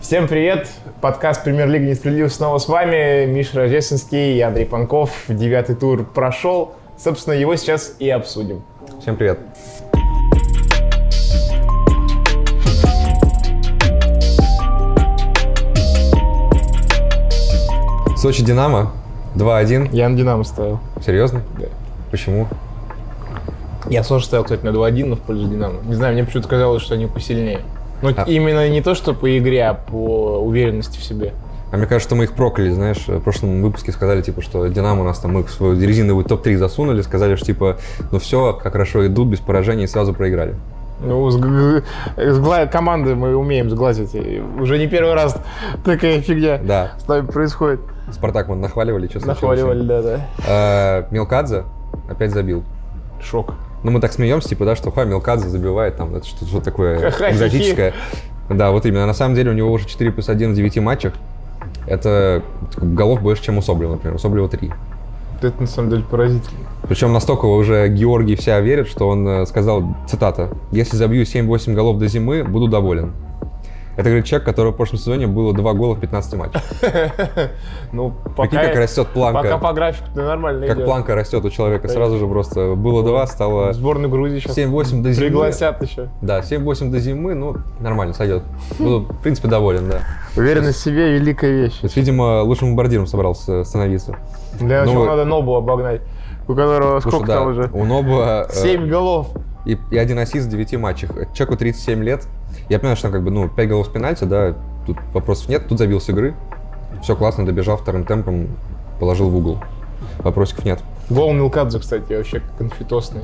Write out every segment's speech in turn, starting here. Всем привет! Подкаст «Премьер-лига несправедливость» снова с вами. Миша Рождественский и Андрей Панков. Девятый тур прошел. Собственно, его сейчас и обсудим. Всем привет. Сочи Динамо 2-1. Я на «Динамо» ставил. Серьезно? Да. Почему? Я тоже ставил, кстати, на 2-1, но в пользу «Динамо». Не знаю, мне почему-то казалось, что они посильнее. Но А. именно не то, что по игре, а по уверенности в себе. А мне кажется, что мы их прокляли, знаешь, в прошлом выпуске сказали, типа, что Динамо у нас там, мы их в свою резиновую топ-3 засунули, сказали, что, типа, ну все, как хорошо идут, без поражений, и сразу проиграли. Ну, с, г- г- с гла- команды мы умеем сглазить. И уже не первый раз такая фигня Да, с нами происходит. Спартак мы нахваливали, что случилось? Нахваливали, да-да. Э, Мелкадзе опять забил. Шок. Ну, мы так смеемся, типа, да, что Ха Мелкадзе забивает, там, это что-то что-то такое Ха-ха-хи-хи. экзотическое. Да, вот именно. На самом деле у него уже 4 плюс 1 в 9 матчах. Это голов больше, чем у Соболева, например. У Соболева 3. Это на самом деле поразительно. Причем настолько уже Георгий вся верит, что он э, сказал, цитата, «Если забью 7-8 голов до зимы, буду доволен». Это, говорит, человек, которого в прошлом сезоне было 2 гола в 15 матчах. Ну, Прикинь, пока, как растет планка. пока по графику ты нормально Как идёт. планка растет у человека. Сразу же просто было 2, стало Сборную Грузии сейчас 7-8 до зимы. пригласят еще. Да, 7-8 до зимы, ну, нормально, сойдет. Буду, в принципе, доволен, да. Уверенность в себе – великая вещь. То есть, видимо, лучшим бомбардиром собрался становиться. Для Ну, начала вы- надо Нобу обогнать, у которого Потому сколько что, да, там уже? У Ноба э, Семь голов. и, и один ассист в 9 матчах. Э, Человеку 37 лет. Я понимаю, что как бы, ну, 5 голов с пенальти, да, тут вопросов нет, тут забил с игры. Все классно, добежал вторым темпом, положил в угол. Вопросиков нет. Гол Милкадзе, кстати, вообще конфетосный.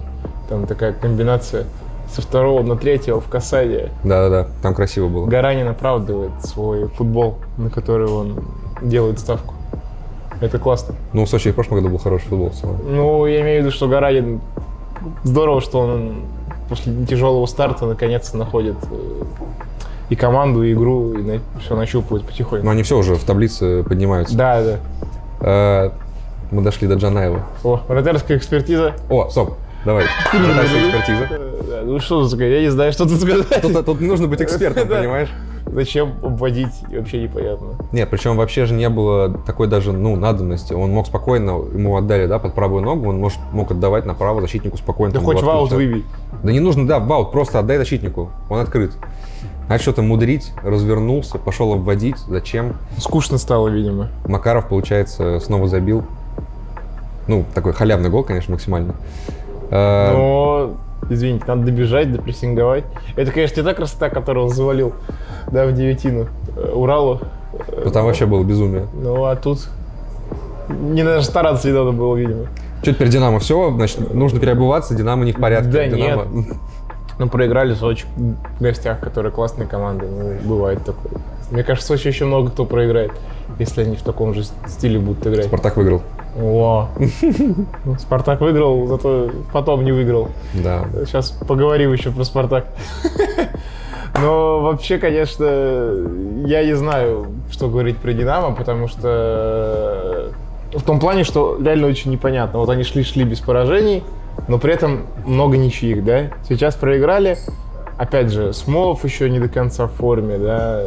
Там такая комбинация со второго на третьего в касание. Да-да-да, там красиво было. Гаранин оправдывает свой футбол, на который он делает ставку. Это классно. Ну, в Сочи и в прошлом году был хороший футбол. в целом. Ну, я имею в виду, что Гаранин... Здорово, что он после тяжелого старта наконец-то находит э, и команду, и игру, и все нащупывает Но потихоньку. они все уже в таблице поднимаются. Да, да. Э, мы дошли до Джанаева. О, вратарская экспертиза. О, стоп, давай. Вратарская экспертиза. Э, да, Ну что тут сказать, я не знаю, что тут сказать. Тут, э, тут не нужно быть экспертом, Да. понимаешь? Зачем обводить, вообще непонятно. Нет, причем вообще же не было такой даже, ну, надобности. Он мог спокойно, ему отдали, да, под правую ногу, он может, мог отдавать на правую защитнику спокойно. Да там хоть было в аут открыто. выбей. Да не нужно, да, в аут, просто отдай защитнику, он открыт. Начал что-то мудрить, развернулся, пошел обводить, зачем? Скучно стало, видимо. Макаров, получается, снова забил. Ну, такой халявный гол, конечно, максимально. Э, Но, извините, надо добежать, допрессинговать. Это, конечно, не та красота, которую он завалил, да, в девятину э, Уралу. Э, ну, там вообще было безумие. Ну, а тут... Не даже стараться не надо было, видимо. Что теперь Динамо? Все, значит, нужно переобуваться, Динамо не в порядке. Да Динамо... Ну, проиграли Сочи в гостях, которые классные команды. Ну, бывает такое. Мне кажется, Сочи еще много кто проиграет, если они в таком же стиле будут играть. Спартак выиграл. О. Ну, Спартак выиграл, зато потом не выиграл. Да. Сейчас поговорим еще про Спартак. Но вообще, конечно, я не знаю, что говорить про Динамо, потому что э, в том плане, что реально очень непонятно. Вот они шли-шли без поражений, но при этом много ничьих, да? Сейчас проиграли. Опять же, Смолов еще не до конца в форме, да?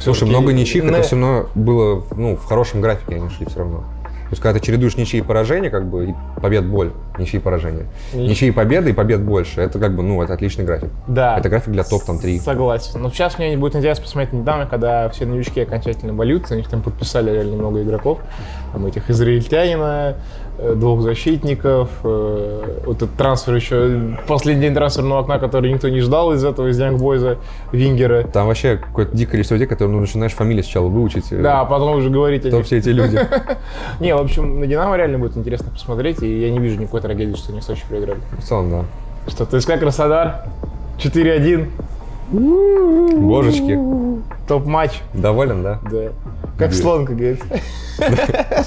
Слушай, Всё-таки много ничьих, на- это все равно было ну, в хорошем графике они шли все равно. То есть, когда ты чередуешь ничьи и поражения, как бы, и побед боль, ничьи и поражения. Ни- Ничьи и победы, и побед больше. Это как бы, ну, это отличный график. Да. Это график для топ там 3. Согласен. Но сейчас мне будет интересно посмотреть недавно, когда все новички окончательно болются, они там подписали реально много игроков, там этих израильтянина, э, двух защитников, э, вот этот трансфер еще, последний день трансферного окна, который никто не ждал из этого, из Янгбойза, Вингера. Там вообще какое-то дикое количество людей, которые ну, начинаешь фамилии сначала выучить. э, Да, а потом уже говорить о Кто них. все эти люди? Не, в общем, на Динамо реально будет интересно посмотреть, и я не вижу никакой трагедии, что они в Сочи проиграли. В целом, да. Что, ТСК Краснодар, 4-1, Божечки. топ-матч. Доволен, да? Да. Как Да. слон, как говорится.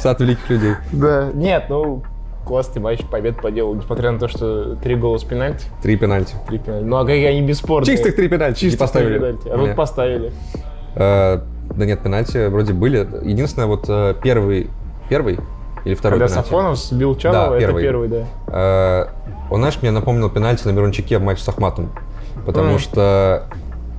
Сад великих людей. Да. Нет, ну, классный матч, побед по делу, несмотря на то, что три гола с пенальти, Три пенальти. три пенальти. Ну, а какие они бесспорные. Чистых три пенальти. не Чистых поставили. три пенальти. А тут Нет. поставили. Э, Да нет, пенальти вроде были. Единственное, вот э, первый, первый или второй Когда пенальти? Сафонов сбил Чалова, Да, это первый. первый, да. Э, Он, знаешь, мне напомнил пенальти на Мирончике в матче с Ахматом. Потому Мгм. что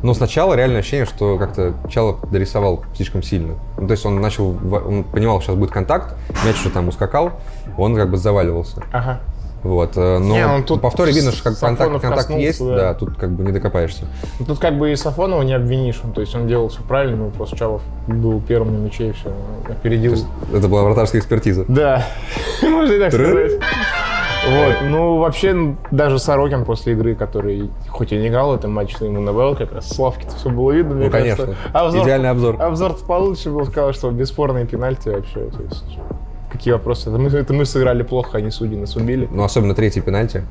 Но сначала реально ощущение, что как-то Чало дорисовал слишком сильно. Ну, то есть он начал, в- он понимал, что сейчас будет контакт, мяч уже там ускакал, он как бы заваливался. Ага. Вот, э, но Не, ну, тут тут повторе видно, что как бы контакт, Сафонов контакт коснулся, есть, да. да. тут как бы не докопаешься. Ну, Тут как бы и Сафонова не обвинишь, ну, то есть он делал все правильно, но просто Чалов был первым на мяче и все, опередил. Это была вратарская экспертиза. Да, можно и так Тры. сказать. Вот, ну вообще ну, даже Сорокин после игры, который хоть и не гал, это матч, но ему набавил как раз Славки-то все было видно, мне Ну, конечно. кажется. А Обзор, Идеальный обзор. обзор получше был, сказал, что бесспорные пенальти вообще, то есть какие вопросы. Это мы, это мы сыграли плохо, они судьи нас убили. Ну, особенно третий пенальти.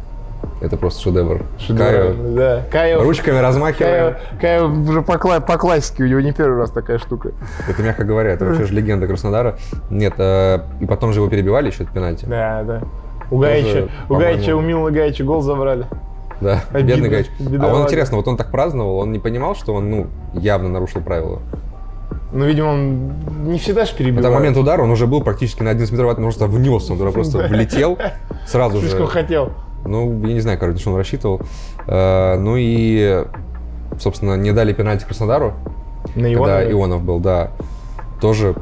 Это просто шедевр. Кайо. Шедеврально, Да. Кайо, Ручками размахивая. Кайо, Кайо уже по, кла- по классике, у него не первый раз такая штука. Это, мягко говоря, это вообще же легенда Краснодара. Нет, э, и потом же его перебивали еще от пенальти. Да, да. У Гаича, у по-моему. Гаича, у Милы Гаича гол забрали. Да, Обидно. бедный Гаич. А Бедолага. он, интересно, вот он так праздновал, он не понимал, что он, ну, явно нарушил правила. Ну, видимо, он не всегда же перебивает. Там момент удара, он уже был практически на 11 метров, от- он просто внес, он туда просто влетел сразу Слишком же. хотел. Ну, я не знаю, короче, на что он рассчитывал. Э, Ну и, собственно, не дали пенальти Краснодару, На когда Иванова. Ионов был, да. Тоже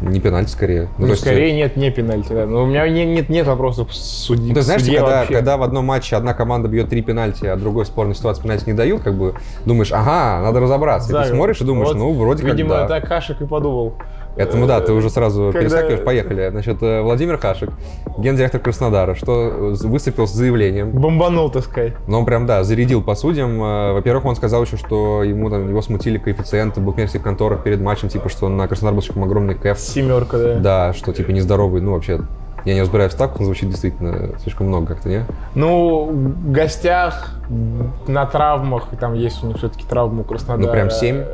не пенальти, скорее. Ну, Ну, то есть, скорее нет, не пенальти, да. Но у меня не- нет, нет вопросов к Ну, судьи. Ты знаешь, к судье когда, вообще. когда в одном матче одна команда бьет три пенальти, а другой в спорной ситуации пенальти не дают, как бы думаешь, ага, надо разобраться. И ты Заговор. смотришь и думаешь, Вот, ну, вроде Видимо, как да. так Хашек и подумал. Этому да, ты уже сразу когда- перескакиваешь. Поехали. Значит, э, Владимир Хашек, гендиректор Краснодара, что э, выступил с заявлением. Бомбанул, так сказать. Но он прям, да, зарядил по судьям. Э, Во-первых, он сказал еще, что ему там его смутили коэффициенты в букмекерских конторах перед матчем, типа, что на Краснодар был слишком огромный кэф. Семерка, да. Да, что типа нездоровый, ну вообще, я не разбираюсь в ставках, но звучит действительно слишком много как-то, не? Ну, в гостях, на травмах, и там есть у них все-таки травма у Краснодара. Ну, прям семь?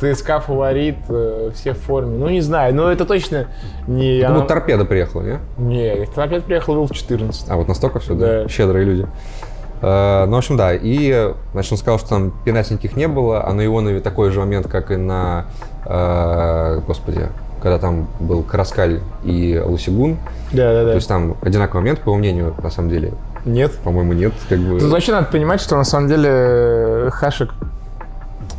ЦСКА фаворит, э, все в форме. Ну, не знаю, но это точно не... Ну, оно- вот торпеда приехала, не? Не, торпед приехал был в 14. А, вот настолько все, Да. да? Щедрые люди. Э, Ну, в общем, да, и, э, значит, он сказал, что там пенальти никаких не было, а на Ионове такой же момент, как и на, э, господи, когда там был Караскаль и Лусигун. Да, То да, есть там одинаковый момент, по его мнению, на самом деле, да. Нет. по-моему, нет, как бы... Тут вообще надо понимать, что на самом деле э, Хашек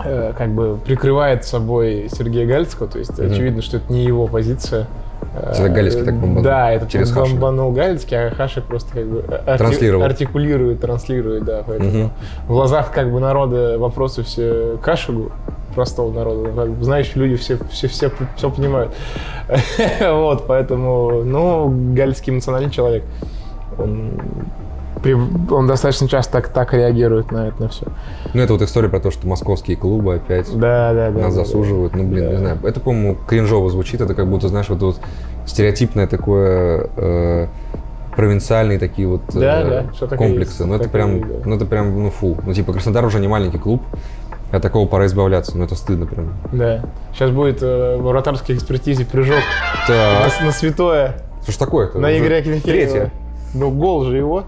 э, как бы прикрывает собой Сергея Гальцкого, то есть очевидно, что это не его позиция. Это Галицкий так бомбанул. Да, это Через через Хашика. бомбанул Галицкий, а Хашек просто как бы арти- Транслировал. артикулирует, транслирует, да. Поэтому Мгм. в глазах как бы народа вопросы все к Хашику, простого народа. ну, Как бы, знаешь, люди все, все, все, все понимают. вот, поэтому, ну, Гальцкий эмоциональный человек. Он при- он достаточно часто так, так реагирует на это на все. Ну, это вот история про то, что московские клубы опять Да, да, да. нас заслуживают. Ну, блин, Да. не знаю. Это, по-моему, кринжово звучит. Это как будто, знаешь, вот, вот стереотипное такое э, провинциальные такие вот э, Да, да, всё так и комплексы. есть, Ну, это так и прям, есть, да. ну, это прям, ну, фу. Ну, типа, Краснодар уже не маленький клуб. От такого пора избавляться. Ну, это стыдно прям. Да. Сейчас будет э, в вратарской экспертизе прыжок Так, на, на святое, что ж такое-то? на А? Уже Игоря Третье. Акинфеева. Ну, гол же его.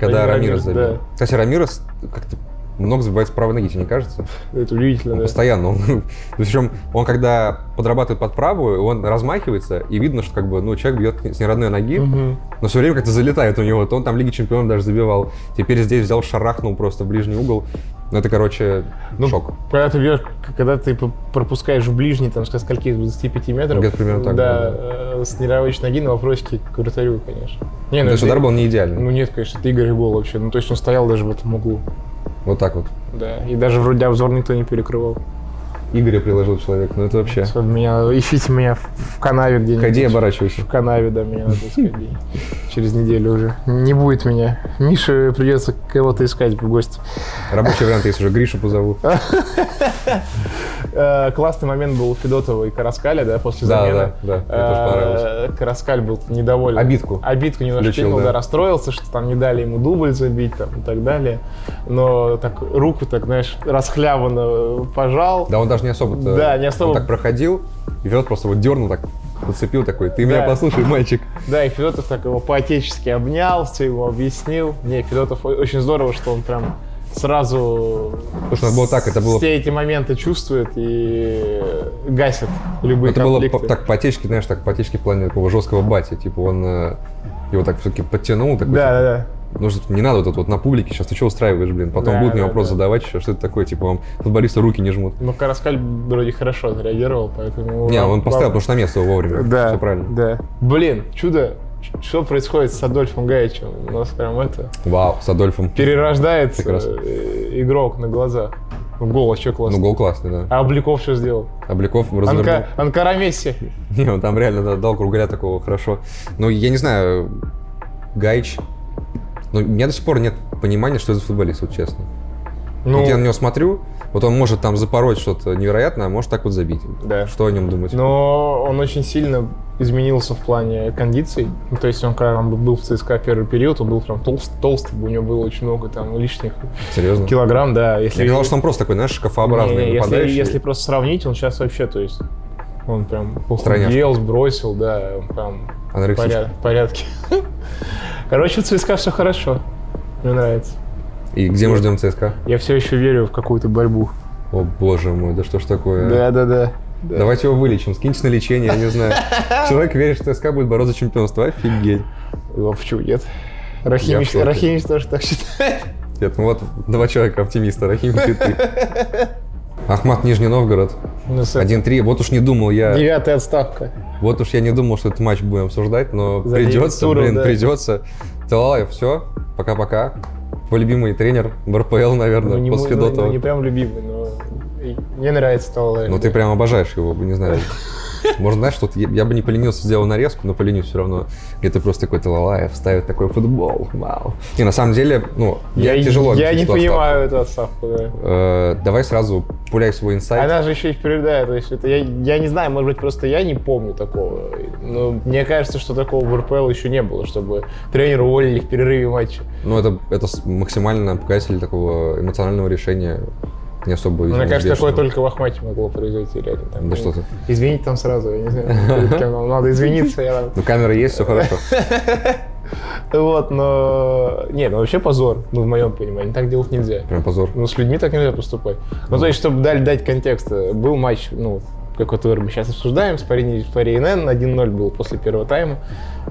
Когда Игорь Рамирес, Рамирес забил. да. Кстати, Рамирес как-то много забивает с правой ноги, тебе не кажется? Это удивительно, Он да. постоянно. он- причем он когда подрабатывает под правую, он размахивается, и видно, что как бы, ну, человек бьет с неродной ноги, Мгм. но все время как-то залетает у него. То он там Лиги Чемпионов даже забивал. Теперь здесь взял, шарахнул просто в ближний угол. Ну, это, короче, Ну, шок. Когда ты бьешь, когда ты п- пропускаешь в ближний, там, со скольки, из 25 метров. Где-то примерно так, Да, да. э, с неравочной ноги на вопросики к вратарю, конечно. Не, То есть это- удар был не идеальный. Ну нет, конечно, это Игорь гол вообще. Ну, то есть он стоял даже в этом углу. Вот так вот. Да, и даже вроде обзор никто не перекрывал. Игоря приложил человек. Ну, это вообще... Всё, меня, ищите меня в- в канаве где-нибудь. Ходи, оборачивайся. В канаве, да, меня надо искать. где-нибудь. Через неделю уже. Не будет меня. Мише придется кого-то искать в гости. Рабочий вариант есть уже. Гришу позову. Э, Классный момент был у Федотова и Караскаля, да, после Да, замены. да, да, мне тоже Э, понравилось. Караскаль был недоволен. Обидку. Обидку немножко Включил, кинул, да. да. расстроился, что там не дали ему дубль забить там, и так далее. Но так руку так, знаешь, расхлябанно э, пожал. Да, он даже не особо-то... Да, не особо. Он так проходил, и Федот просто вот дернул так, подцепил такой. Ты Да. меня послушай, мальчик. Да, и Федотов так его по-отечески обнял, все ему объяснил. Не, Федотов о- очень здорово, что он прям сразу что надо было так, это было- все эти моменты чувствует и гасит любые это было конфликты. по- так по-отечески, знаешь, так по-отечески в плане такого жесткого бати. Типа он э, его так все-таки подтянул, такой, Да, типа, да, да. Ну, что не надо вот это вот на публике, сейчас ты что устраиваешь, блин? Потом Да, будут мне да, вопрос да. задавать еще, что это такое, типа вам футболисты руки не жмут. Но Караскаль вроде хорошо отреагировал, поэтому... Не, вам- он поставил, вам- потому что на место его вовремя. Да, Все правильно. да. Блин, чудо, Ч- что происходит с Адольфом Гаичем? У нас прям это... Вау, с Адольфом. Перерождается Прекрасно. э, игрок на глазах. Ну, гол вообще Ну, классный. гол классный, да. А Обликов что сделал? Обликов развернул. Анка, Анкара Месси. Не, он там реально да, дал кругля такого хорошо. Ну, я не знаю, Гайч. Но у меня до сих пор нет понимания, что это за футболист, вот честно. Ну, Вот я на него смотрю, вот он может там запороть что-то невероятное, а может так вот забить. да. Ну, Что о нем думать? Но он очень сильно изменился в плане кондиций. Ну, То есть он, когда он был в ЦСКА первый период, он был прям толст, толстый, у него было очень много там лишних Серьезно? килограмм, да. Если, Я казалось, что он просто такой, знаешь, шкафообразный Не, не, если, нападающий. если просто сравнить, он сейчас вообще, то есть, он прям Страняшка. похудел, сбросил, да, он прям в анорексичный. поряд- в порядке. Короче, у ЦСКА все хорошо. Мне нравится. И где мы ждем ЦСКА? Я все еще верю в какую-то борьбу. О боже мой, да что ж такое? а? да, да. Давайте его вылечим, скиньте на лечение, я не знаю. Человек верит, что ЦСКА будет бороться за чемпионство, офигеть. Почему нет? Рахимич, Я в шоке. Рахимич тоже так считает. Нет, ну вот два человека оптимиста, Рахим и ты. Ахмат Нижний Новгород. Ну, с- 1-3. Вот уж не думал я, Девятая отставка. вот уж я не думал, что этот матч будем обсуждать, но За девять придется, туров, блин, да. придется. Талалаев, все, пока-пока. Твой любимый тренер в РПЛ, Ну, наверное, не, после мой- ну, Дотова. ну, не прям любимый, но и- мне нравится Талалаев. Ну, да. ты прям обожаешь его, не знаю. Можно, знаешь, что я, я бы не поленился, сделал нарезку, но поленюсь все равно. Где ты просто такой, ты лалаев, ставит такой футбол, вау. И на самом деле, ну, я, тяжело Я объяснить не эту отставку. понимаю эту отставку, да. Э, давай сразу пуляй свой инсайт. Она же еще и передает, то есть это я, я не знаю, может быть, просто я не помню такого. Но мне кажется, что такого в РПЛ еще не было, чтобы тренера уволили в перерыве матча. Ну, это, это с- максимально показатель такого эмоционального решения не особо, видимо, Мне кажется, успешного. такое только в Ахмате могло произойти реально. Там, Да что ты. Извините там сразу, я не знаю, перед кем нам надо извиниться. я там- Ну, камера есть, все хорошо. Вот, но... Нет, ну вообще позор, ну в моем понимании, так делать нельзя. Прям позор. Ну, с людьми так нельзя поступать. Ну, то есть, чтобы дали, дать контекст, э, был матч, ну, какой-то мы сейчас обсуждаем, с Пари, 1-0 был после первого тайма.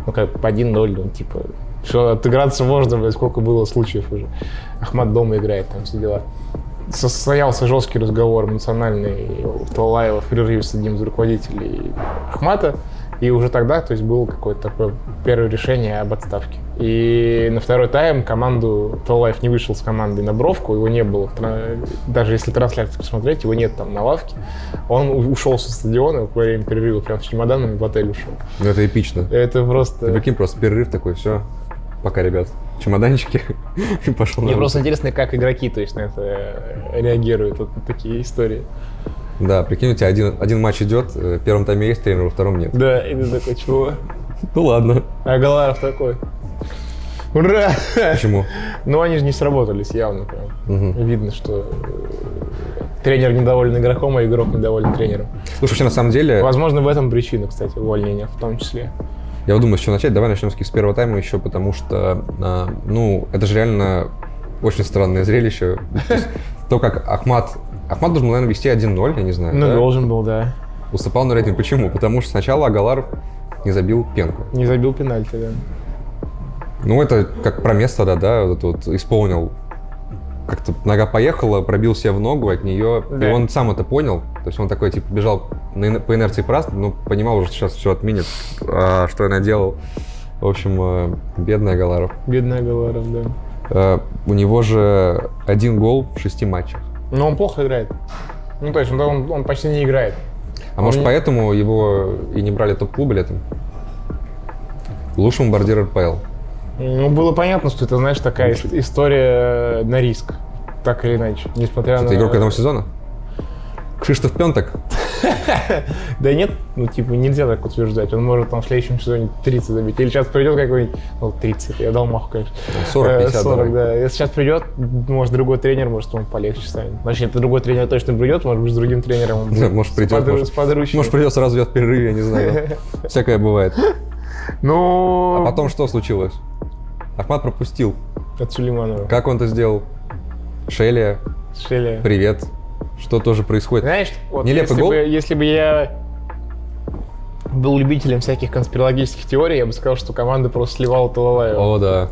Ну, как по 1-0, ну, типа, что отыграться можно, блядь, сколько было случаев уже. Ахмат дома играет, там все дела. Состоялся жесткий разговор эмоциональный Талаева в перерыве с одним из руководителей Ахмата. И уже тогда, то есть, было какое-то такое первое решение об отставке. И на второй тайм команду Талаев не вышел с командой на бровку, его не было. в тра- Даже если трансляцию посмотреть, его нет там на лавке. Он у- ушел со стадиона во время перерыва, прям с чемоданами в отель ушел. Ну, это эпично. Это Ты просто... прикинь, просто перерыв такой, все, пока, ребят. Чемоданчики. И пошел Мне на просто интересно, как игроки то есть, на это э, реагируют, вот на такие истории. Да, прикинь, у тебя один, один матч идет, э, в первом тайме есть тренер, во втором нет. Да, и ты такой, чего? Ну ладно. А Галаров такой. Ура! Почему? Ну, они же не сработались явно прям. Мгм. Видно, что э, тренер недоволен игроком, а игрок недоволен тренером. Ну, Слушай, вообще, на самом деле, Возможно, в этом причина, кстати, увольнения в том числе. я вот думаю, с чего начать. Давай начнем с первого тайма еще, потому что, а, ну, это же реально очень странное зрелище. То есть То, как Ахмат... Ахмат должен, был, наверное, вести 1-0, я не знаю. Ну, да? должен был, да. Уступал на рейтинг. Почему? Потому что сначала Агаларов не забил пенку. Не забил пенальти, да. Ну, это как про место, да, да, вот это вот исполнил. Как-то нога поехала, пробил себе в ногу от нее, и Да. он сам это понял. То есть он такой, типа, бежал на ин- по инерции праздно, но понимал уже, что сейчас все отменит, а, что я наделал. В общем, э, бедная Галаров. Бедная Галаров, да. Э, У него же один гол в шести матчах. А Но он плохо играет. Ну, то есть он, он- он почти не играет. А может, не- поэтому его и не брали топ-клубы летом? Лучший бомбардир РПЛ. Ну, было понятно, что это, знаешь, такая ис- история на риск. Так или иначе. Несмотря на... Это игрок этого сезона? Кшиштов Пенток? Да нет, ну типа нельзя так утверждать. Он может там в следующем сезоне 30 забить. Или сейчас придет какой-нибудь, ну 30, я дал маху, конечно. 40-50 Э, 40, давай. да. Если сейчас придет, может другой тренер, может он полегче станет. Точнее, это другой тренер точно придет, может быть с другим тренером он Да, будет. может, С придет, подру- может- С подручным. Может, придется сразу в перерыве, я не знаю. Всякое бывает. Ну... А потом что случилось? Ахмат пропустил. От Сулейманова. Как он это сделал? Шелия, Шелли. привет. Что тоже происходит? Знаешь, вот Нелепый если, гол. Бы, если бы я был любителем всяких конспирологических теорий, я бы сказал, что команда просто сливала Талалаева. О, да.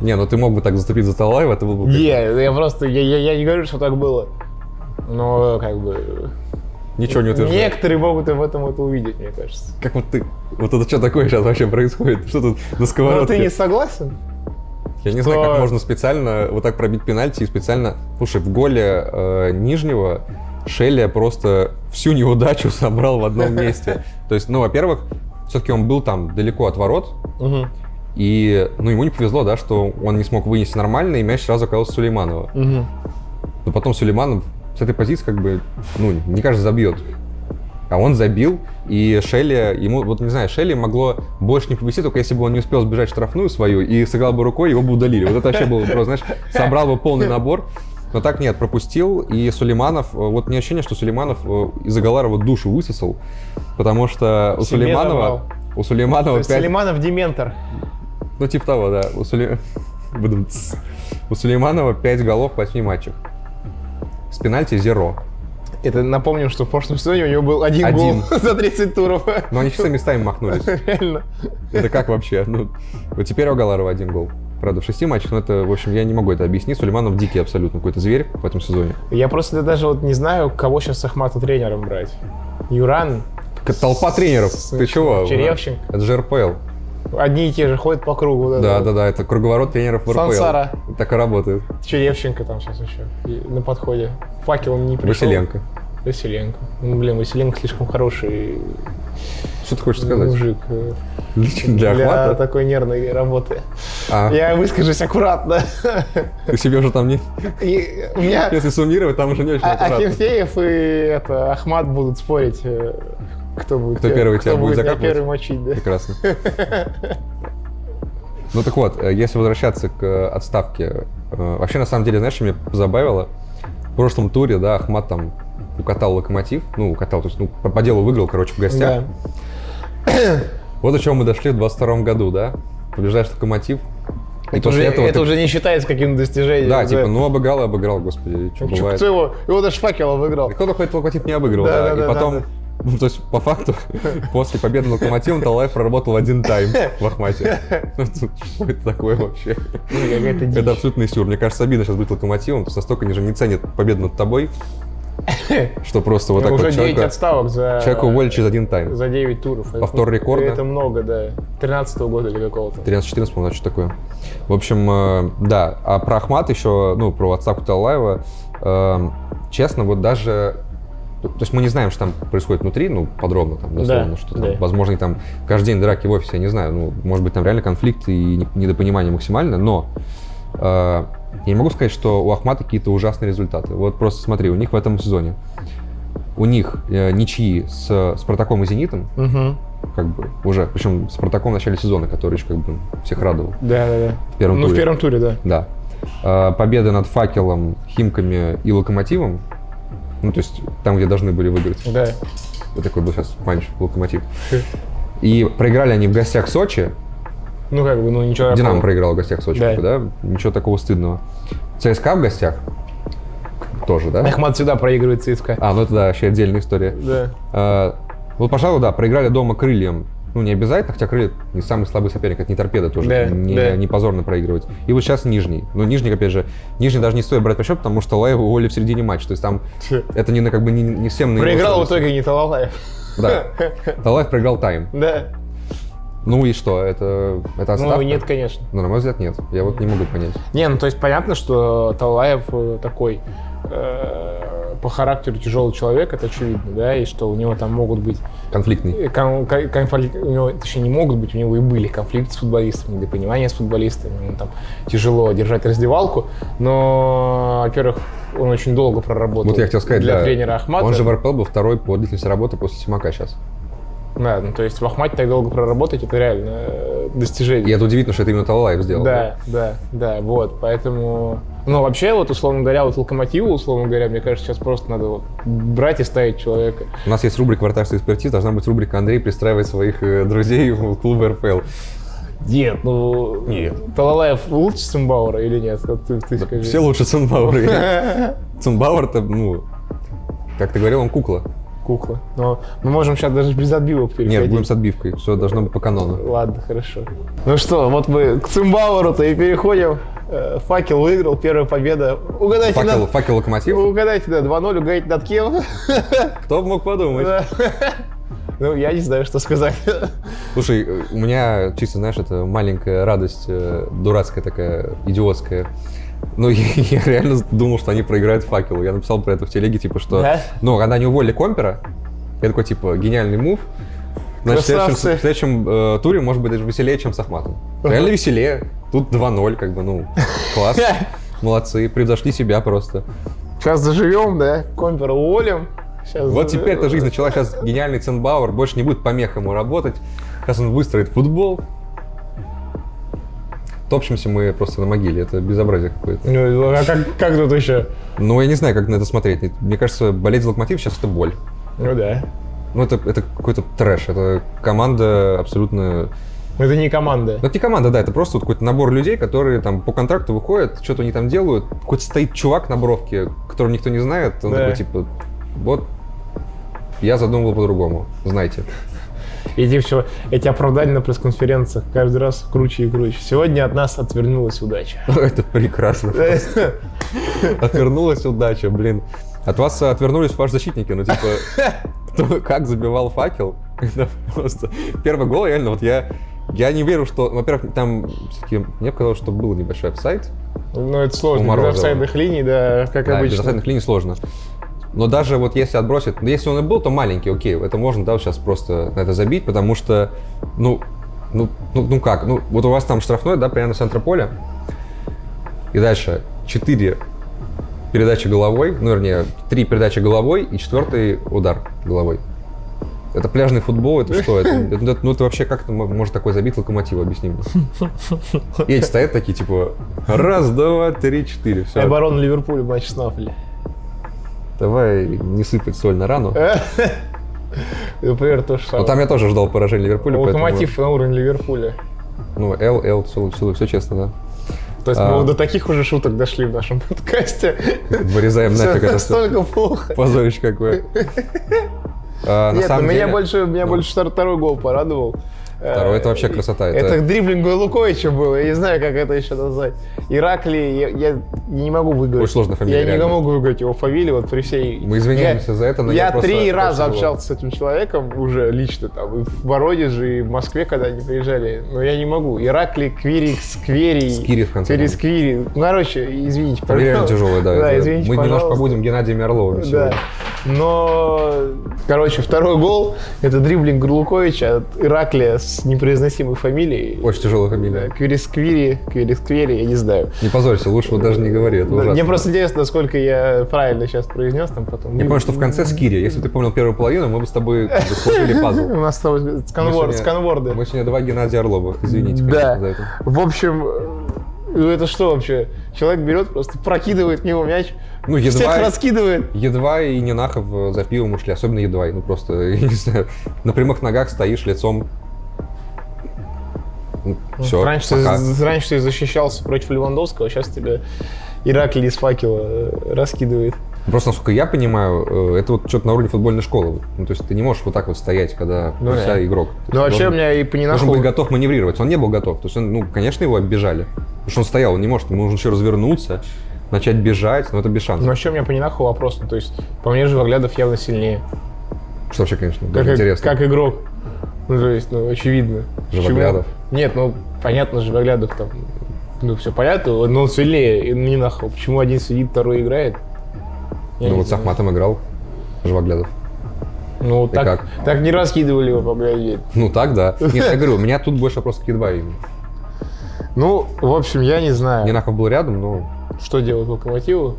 Не, ну ты мог бы так заступить за Талаева, это был бы... Не, прикольно. я просто, я, я- я не говорю, что так было. Но как бы... Ничего не утверждаю. Некоторые могут и в этом это увидеть, мне кажется. Как вот ты... Вот это что такое сейчас вообще происходит? Что тут на Но сковородке? Ну, ты не согласен? Я не знаю, что- как можно специально вот так пробить пенальти и специально... Слушай, в голе э, Нижнего Шелли просто всю неудачу собрал в одном месте. То есть, ну, во-первых, все-таки он был там далеко от ворот, Мгм. и, ну, ему не повезло, да, что он не смог вынести нормально, и мяч сразу оказался у Сулейманова. Мгм. Но потом Сулейманов с этой позиции как бы, ну, не каждый забьет. А он забил, и Шелли, ему, вот не знаю, Шелли могло больше не повести, только если бы он не успел сбежать в штрафную свою и сыграл бы рукой, его бы удалили. Вот это вообще было бы просто, знаешь, собрал бы полный набор. Но так нет, пропустил, и Сулейманов, э, вот мне ощущение, что Сулейманов э, из Агаларова душу высосал, потому что у Себе Сулейманова, забрал. у Сулейманова То есть Ну, пять- Сулейманов дементор. ну, типа того, да. У, Суле- Будем тс. У Сулейманова 5 голов в 8 матчах. С пенальти зеро. Это напомним, что в прошлом сезоне у него был один, Один. гол за 30 туров. Но они чисто местами махнулись. Реально. Это как вообще? Ну, вот теперь у Агаларова один гол. Правда, в шести матчах, но это, в общем, я не могу это объяснить. Сулейманов дикий абсолютно какой-то зверь в этом сезоне. Я просто даже вот не знаю, кого сейчас с Ахмата тренером брать. Юран, Как толпа тренеров. Ну, Ты чего? Черевченко. Это же РПЛ. одни и те же ходят по кругу. вот это Да, вот. да, да, это круговорот тренеров в РПЛ. Сансара. Так и работает. Черевченко там сейчас еще и- на подходе. Факел не пришел. Василенко. Василенко. Ну, блин, Василенко слишком хороший Что ты хочешь сказать? мужик э, Для охвата? такой нервной работы. А, Я выскажусь аккуратно. ты себе уже там не... И у меня Если суммировать, там уже не очень А- аккуратно. Акинфеев и это, Ахмат будут спорить, э, кто будет Кто пер- первый тебя кто будет будет меня закапывать? первый мочить. да. Прекрасно. Ну так вот, э, если возвращаться к э, отставке, э, вообще на самом деле, знаешь, что меня забавило? В прошлом туре, да, Ахмат там укатал локомотив, ну, укатал, то есть, ну, по, по делу выиграл, короче, в гостях. Да. Вот до чего мы дошли в 22 году, да? Побеждаешь локомотив, и Это, после уже, этого это ты- уже не считается каким-то достижением. Да, типа, ну, обыгал и обыграл, господи, что Ну, чё, бывает. Кто его, его даже факела выиграл. Да Кто-то хоть локомотив не обыграл, Да, да, да, и да, потом... да, ну, то есть, по факту, после победы Локомотива Талаев проработал один тайм в Ахмате. Ну, тут Что это такое вообще? Ну, Какая-то дичь. Это абсолютно сюр. Мне кажется, обидно сейчас быть Локомотивом, потому что настолько они же не ценят победу над тобой, что просто вот так Уже вот 9 человека, отставок за, человека уволили через один тайм. за 9 туров. Это- Повтор рекорда. Это много, да. 13 года или какого-то. 13-14, по-моему, что такое. В общем, э, да. А про Ахмат еще, ну, про отставку Талаева, э, честно, вот даже... То есть мы не знаем, что там происходит внутри, ну, подробно, там, дословно, Да, что там, да. возможно, и там каждый день драки в офисе, я не знаю, ну, может быть, там реально конфликт и не- недопонимание максимально, но э, я не могу сказать, что у Ахмата какие-то ужасные результаты. Вот просто смотри, у них в этом сезоне, у них э, ничьи с Спартаком и Зенитом, Мгм. как бы, уже, причем Спартаком в начале сезона, который еще как бы всех радовал. Да, да, да. В первом ну, туре. в первом туре, да. Да. А, Победа над факелом, химками и локомотивом. Ну, то есть там, где должны были выиграть. Да. Вот такой был сейчас панч локомотив. И проиграли они в гостях Сочи. Ну, как бы, ну, ничего. Динамо проиграл в гостях Сочи, Да. как бы, да? Ничего такого стыдного. ЦСКА в гостях тоже, да? Ахмат сюда проигрывает ЦСКА. А, ну это да, вообще отдельная история. Да. А, Вот, пожалуй, да, проиграли дома крыльям. Ну, не обязательно, хотя крылья не самый слабый соперник, это не торпеда тоже. Да, не, да. не позорно проигрывать. И вот сейчас нижний. Ну, нижний, опять же, нижний даже не стоит брать по счету, потому что Лаева уволили в середине матча. То есть там это не, на- как бы не, не всем на его Проиграл в совести. итоге не Талалаев. Да. Талаев проиграл тайм. Да. Ну и что? Это, это отставка? Ну, нет, конечно. Ну, на мой взгляд, нет. Я вот не могу понять. Не, ну то есть понятно, что Талаев э, такой э, по характеру тяжелый человек, это очевидно, да, и что у него там могут быть Конфликтный. э, кон- кон- конфликт- у него, точнее, не могут быть, у него и были конфликты с футболистами, недопонимание с футболистами, ему там тяжело держать раздевалку, но, во-первых, он очень долго проработал Вот я хотел сказать, для да, тренера Ахмата. Он же в РПЛ был второй по длительности работы после Симака сейчас. Да, ну, то есть в Ахмате так долго проработать, это реально э, достижение. И это удивительно, что это именно Талаев сделал. Да, да, да, вот, поэтому... Ну, вообще, вот, условно говоря, вот локомотиву, условно говоря, мне кажется, сейчас просто надо вот брать и ставить человека. У нас есть рубрика «Вратарская экспертиза», должна быть рубрика «Андрей пристраивает своих э, друзей в клуб РПЛ». Нет, ну... Нет. Талалаев лучше Сымбаура или нет? Вот ты, ты скажи. Все лучше Цунбаура. Цунбауэр-то, ну, как ты говорил, он кукла. кукла. Но мы можем сейчас даже без отбивок переходить. Нет, будем с отбивкой. Все должно быть по канону. Ладно, хорошо. Ну что, вот мы к Цимбауру-то и переходим. Э, Факел выиграл, первая победа. Угадайте, Факел, над- факел локомотив. угадайте, да, 2-0, угадайте над кем. Кто бы мог подумать? Да. Ну, я не знаю, что сказать. Слушай, э, у меня чисто, знаешь, это маленькая радость, э, дурацкая такая, идиотская. Ну, я, я реально думал, что они проиграют факелу. Я написал про это в телеге, типа, что... Да? Ну, когда они уволили Компера, я такой, типа, гениальный мув. Значит, в следующем, Красавцы. в следующем, э, туре может быть даже веселее, чем с Ахматом. Реально веселее. Тут 2-0, как бы, ну, класс. Молодцы, превзошли себя просто. Сейчас заживем, да, Компера уволим. Сейчас Вот заживем. теперь-то жизнь начала. Сейчас гениальный Ценбауэр больше не будет помех ему работать. Сейчас он выстроит футбол. Топчемся мы просто на могиле. Это безобразие какое-то. Ну, а как, как тут еще? Ну, я не знаю, как на это смотреть. Мне кажется, болеть за локомотив сейчас это боль. Ну да. Ну, это, это какой-то трэш. Это команда абсолютно... Это не команда. Ну, это не команда, да. Это просто вот какой-то набор людей, которые там по контракту выходят, что-то они там делают. Какой-то стоит чувак на бровке, которого никто не знает. Он Да. такой, типа, вот я задумывал по-другому. Знаете. Иди все. Эти оправдания на пресс-конференциях каждый раз круче и круче. Сегодня от нас отвернулась удача. Ну, Это прекрасно. Отвернулась удача, блин. От вас э, отвернулись ваши защитники, ну типа, то, как забивал факел, это просто... Первый гол, реально, вот я... Я не верю, что... Во-первых, там всё-таки мне показалось, что был небольшой офсайд. Ну, это У сложно. Без Морозова. офсайдных линий, да, как Да, без обычно. офсайдных линий сложно. Но даже вот если отбросить... ну, Если он и был, то маленький, окей. Это можно, да, сейчас просто на это забить, потому что, ну, ну, ну, ну как? Ну, вот у вас там штрафной, да, примерно центра поля. И дальше 4 передачи головой, ну, вернее, 3 передачи головой и четвертый удар головой. Это пляжный футбол, это что? Это, это- ну, это- ну, это вообще как это мо- может такой забить локомотив, объясни мне. И эти стоят такие, типа, раз, два, три, четыре, все. Оборона Ливерпуля, матч с Наполи. Давай не сыпать соль на рану. Например, Ну, то же Но самое. там я тоже ждал поражения Ливерпуля. поэтому, Локомотив на уровне Ливерпуля. Ну, Л, Л, все, честно, То есть А. мы вот до таких уже шуток дошли в нашем подкасте. да. Вырезаем Всё нафиг это всё. настолько плохо. позорище какое. А, на Нет, самом ну, меня деле- больше, меня Ну. больше втор- второй гол порадовал. Второй Э, это вообще красота, это- Это, дриблинг Луковича было, я не знаю, как это еще назвать. Иракли, я, я не могу выговорить. Очень сложная фамилия, Я реально. не могу выговорить его фамилию, вот при всей... Мы извиняемся за это, но я я, просто- три просто раза забыл. общался с этим человеком уже лично, там, и в Воронеже, и в Москве, когда они приезжали, но я не могу. Иракли, Квирикс, Квери... Скири, в конце Квирис, Квири. Ну, короче, извините, Там реально тяжелое, да. Да, это- извините, Мы немножко пожалуйста. побудем Геннадием Орловым Да. сегодня. Но, короче, второй гол – это дриблинг Гурлуковича от Ираклия с непроизносимой фамилией. Очень тяжелая фамилия. Квирисквири, Квирисквири, я не знаю. Не позорься, лучше вот даже не говори, это Да, Мне ужасно. просто интересно, насколько я правильно сейчас произнес там потом. Я понял, что в конце Скири. Если бы ты помнил первую половину, мы бы с тобой как бы сложили У пазл. нас с тобой сканворд, Мы сегодня- сканворды. Мы сегодня два Геннадия Орловых, извините, конечно, за Да. это. В общем, э, это что вообще? Человек берет, просто прокидывает в него мяч, Ну, всех едва, раскидывает. Едва и не нахов э, за пивом ушли, особенно едва. Ну просто, я не знаю, на прямых ногах стоишь лицом. Ну, Все, Ну, раньше, ты, раньше ты защищался против Левандовского, сейчас тебя Ираклий из факела э, раскидывает. Просто, насколько я понимаю, э, это вот что-то на уровне футбольной школы. Ну, то есть ты не можешь вот так вот стоять, когда Ну у тебя да. игрок. Ты Ну, вообще, у должен- меня и по должен ненаху... быть готов маневрировать. Он не был готов. То есть, он, ну, конечно, его оббежали. Потому что он стоял, он не может. Ему нужно еще развернуться, начать бежать, но это без Ну, шансов. вообще, у меня по ненаху вопрос. Ну, то есть, по мне, Живоглядов явно сильнее. Что вообще, конечно, Ну, Как, даже интересно. как игрок. Ну, то есть, ну, очевидно. Почему? Живоглядов. Нет, ну, понятно, Живоглядов там... Ну, все понятно, но он сильнее ненаху. Почему один сидит, второй играет? Я ну, не вот с знаю. Ахматом играл Живоглядов. Ну, так, как? так не раскидывали его, по крайней мере. Ну, так, да. Нет, я говорю, у меня тут больше вопрос к едва именно. Ну, в общем, я не знаю. Ненахов был рядом, но что делать локомотиву,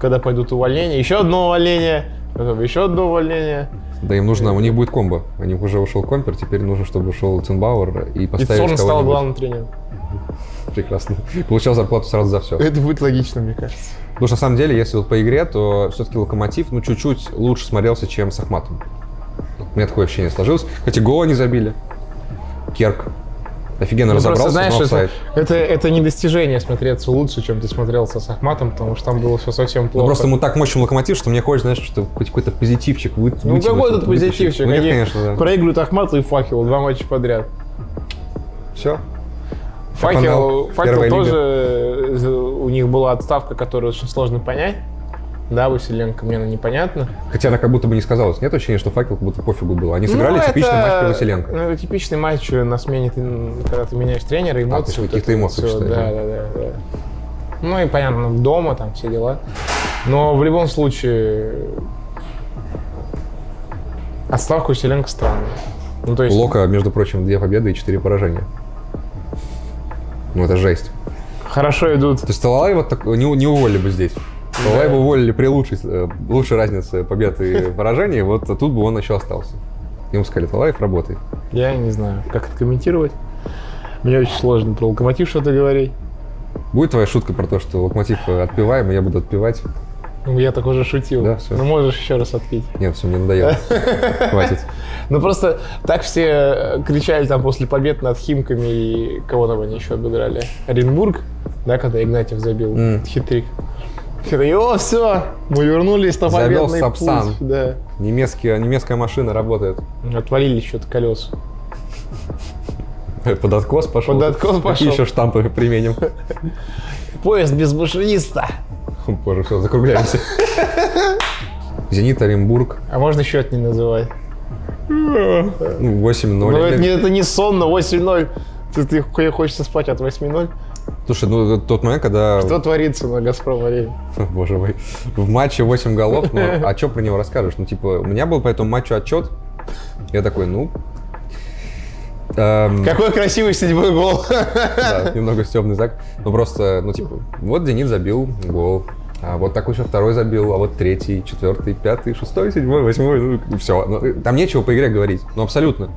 когда пойдут увольнения. Еще одно увольнение, потом еще одно увольнение. Да им нужно, у них будет комбо. У них уже ушел Компер, теперь нужно, чтобы ушел Цинбауэр и И поставить Цорн стал кого-нибудь. главным тренером. Прекрасно. Получал зарплату сразу за все. Это будет логично, мне кажется. Потому что на самом деле, если вот по игре, то все-таки Локомотив, ну, чуть-чуть лучше смотрелся, чем с Ахматом. У меня такое ощущение сложилось. Хотя гола не забили. Керк. Офигенно Ну, разобрался, просто, знаешь, но это, офсайд. это, это не достижение смотреться лучше, чем ты смотрелся с Ахматом, потому что там было все совсем плохо. Ну, просто мы так мочим локомотив, что мне хочется, знаешь, что хоть какой-то позитивчик вы, Ну, выйти в какой этом, тут вытащить. позитивчик? Ну, нет, Они конечно, да. Проигрывают Ахмату и Факелу два матча подряд. Все. Факел, Фанал. факел Первая тоже э, у них была отставка, которую очень сложно понять. Да, Василенко, мне она непонятна. Хотя она как будто бы не сказалась. Нет ощущения, что факел как будто пофигу было. Они сыграли Ну, типичный это- матч при Василенко. Ну, типичный матч на смене, ты, м, когда ты меняешь тренера, эмоции. А, ты вот каких-то это эмоций всё, читаешь, Да, да, да, да. Ну и понятно, дома там все дела. Но в любом случае отставку Василенко странная. Ну, то У есть, Лока, между прочим, две победы и четыре поражения. Ну, это жесть. хорошо идут. То есть Талалаева так, не, у- не уволили бы здесь. Талалаева уволили при лучшей, э, лучшей разнице побед и поражений, вот тут бы он еще остался. Ему сказали, Талалаев, работай. Я не знаю, как это комментировать. Мне очень сложно про локомотив что-то говорить. Будет твоя шутка про то, что локомотив э, отпиваем, и я буду отпивать? Ну, Я так уже шутил. Да, всё. Ну, можешь еще раз отпить. Нет, все, мне надоело. Хватит. Ну, просто так все э, кричали там после побед над Химками и кого там они еще обыграли. Оренбург, да, когда Игнатьев забил М. хитрик. Все, О, все, мы вернулись на Завел победный Сапсан. путь. Да. Немецкие- немецкая машина работает. Отвалили что-то колес. Под откос пошел. Под откос пошел. Какие еще штампы применим? Поезд без машиниста. О, Боже, все, закругляемся. Зенит, Оренбург, А можно счет не называть? ну, 8-0. Ну, это, Опять- не, это не сонно, 8-0. Ты, ты хо- хочется спать от 8-0. Слушай, ну это тот момент, когда... Что творится на Газпром-арене? О, Боже мой. В матче 8 голов, ну, а что про него расскажешь? Ну, типа, у меня был по этому матчу отчет. Я такой, ну... эм, Какой красивый седьмой гол. да, немного стебный зак. Ну, просто, ну, типа, вот Денис забил гол. А вот такой еще второй забил, а вот третий, четвертый, пятый, шестой, седьмой, восьмой, ну, все. там нечего по игре говорить, ну, абсолютно.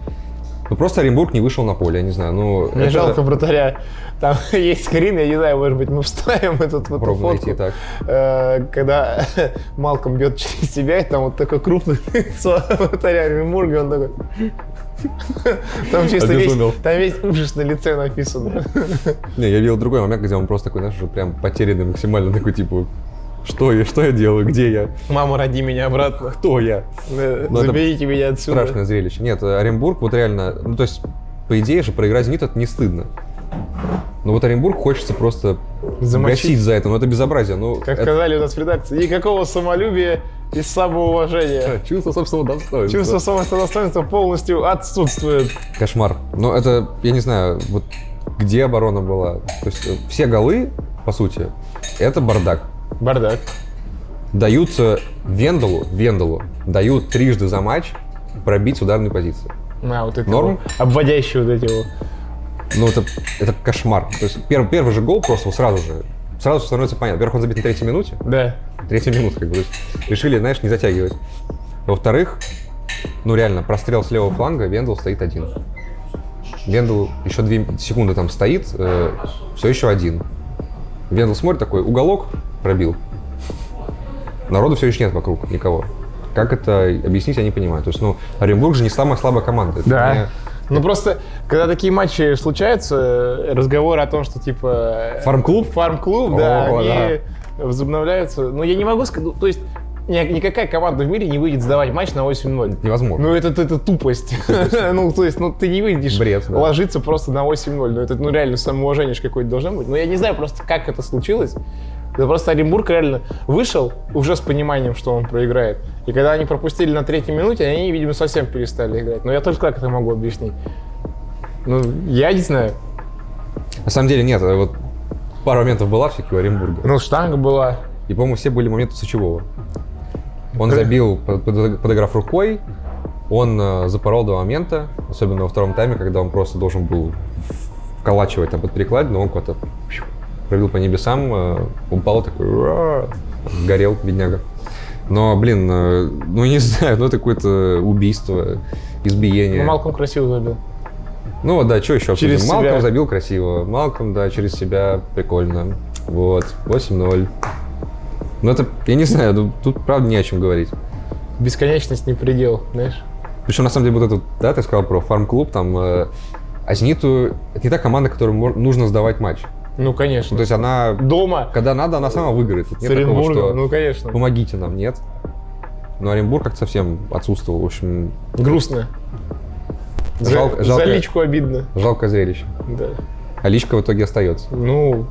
Ну, просто Оренбург не вышел на поле, я не знаю, ну... Мне это- жалко вратаря. Там есть скрин, я не знаю, может быть, мы вставим этот вот Попробуй фотку. найти так. Э, когда Малком бьет через себя, и там вот такое крупное лицо вратаря Оренбурга, и он такой... Там чисто весь, Обезумел. там весь ужас на лице написано. Не, я видел другой момент, где он просто такой, знаешь, уже прям потерянный максимально, такой, типа, что я, что я делаю, где я, Мама, роди меня обратно. кто я? Э, Ну, это Заберите меня отсюда. Страшное зрелище. Нет, э, Оренбург вот реально, ну то есть, по идее же, проиграть «Зенит» это не стыдно. Но вот Оренбург хочется просто Замочить. гасить за это, но это безобразие. Ну, Как это- сказали у нас в редакции, никакого самолюбия и самоуважения. Чувство собственного достоинства. Чувство самодостоинства полностью отсутствует. Кошмар. Но это, я не знаю, вот где оборона была. То есть э, все голы, по сути, это бардак. Бардак. Дают э, Венделу, Венделу, дают трижды за матч пробить с ударной позиции. А, вот это Норм? вот обводящие вот эти вот. Ну, это, это кошмар. То есть первый, первый же гол просто вот сразу же, сразу же становится понятно. Во-первых, он забит на третьей минуте. Да. Третья минута, как бы. То есть решили, знаешь, не затягивать. Во-вторых, ну реально, прострел с левого фланга, Вендел стоит один. Вендел еще две секунды там стоит, все еще один. Вендел смотрит такой, уголок пробил. Народу все еще нет вокруг, никого. Как это объяснить, я не понимаю. То есть, ну, Оренбург же не самая слабая команда. Это не- Ну просто, когда такие матчи случаются, э, разговоры о том, что типа... э, Фарм-клуб? Фарм-клуб, О, да, они возобновляются. Но я не могу сказать, ну, то есть ни- никакая команда в мире не выйдет сдавать матч на 8-0. Невозможно. Ну, это, это тупость. ну, то есть, ну, ты не выйдешь Бред, да. ложиться просто на 8-0. Ну, это, ну, реально, самоуважение же какое-то должно быть. Но я не знаю просто, как это случилось. Это просто Оренбург реально вышел уже с пониманием, что он проиграет. И когда они пропустили на третьей минуте, они, видимо, совсем перестали играть. Но я только как это могу объяснить. Ну, я не знаю. На самом деле нет, э, вот пара моментов была все-таки у Оренбурга. Ну, штанга была. И, по-моему, все были моменты Сычевого. Он забил, под- под- подыграв рукой, он э, запорол два момента, особенно во втором тайме, когда он просто должен был вколачивать там под перекладину, он куда-то пью, пробил по небесам, э, упал такой, «Ура!» горел, бедняга. Но, блин, э, ну не знаю, ну это какое-то убийство, избиение. Ну, Малком красиво забил. Ну вот, да, что еще? обсудим? Через Малком себя. забил красиво. Малком, да, через себя прикольно. Вот, 8-0. Ну это, я не знаю, ну, тут правда не о чем говорить. Бесконечность не предел, знаешь? Причем, на самом деле, вот этот, да, ты сказал про фарм-клуб, там э, А «Зениту» — это не та команда, которой мор- нужно сдавать матч. Ну, Ну, конечно. то есть она, Дома когда надо, она сама выиграет. Тут с Нет такого, Оренбургом, что ну, конечно. помогите нам, нет. Но Оренбург как-то совсем отсутствовал. В общем, Грустно. За, Жалко- жалко. за личку обидно. жалкое зрелище. Да. А личка в итоге остается. Ну,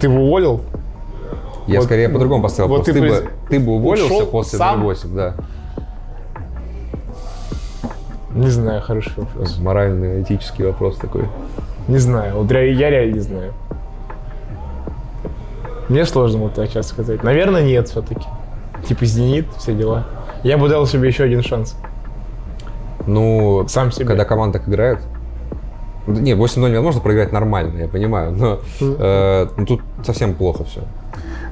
ты его уволил? Я Вот- скорее по-другому поставил вот вопрос. Ты, ты бы, приз- ты бы уволился ушел после сам? 0,8, да. Не знаю, хороший вопрос. Моральный, этический вопрос такой. Не знаю, вот ре- я реально не знаю. Мне сложно вот так сейчас сказать. Наверное, нет все-таки. Типа «Зенит», все дела. Я бы дал себе еще один шанс. Ну, Сам себе. когда команда так играет. Ну, Не, 8-0 невозможно проиграть нормально, я понимаю, но э, ну, тут совсем плохо все.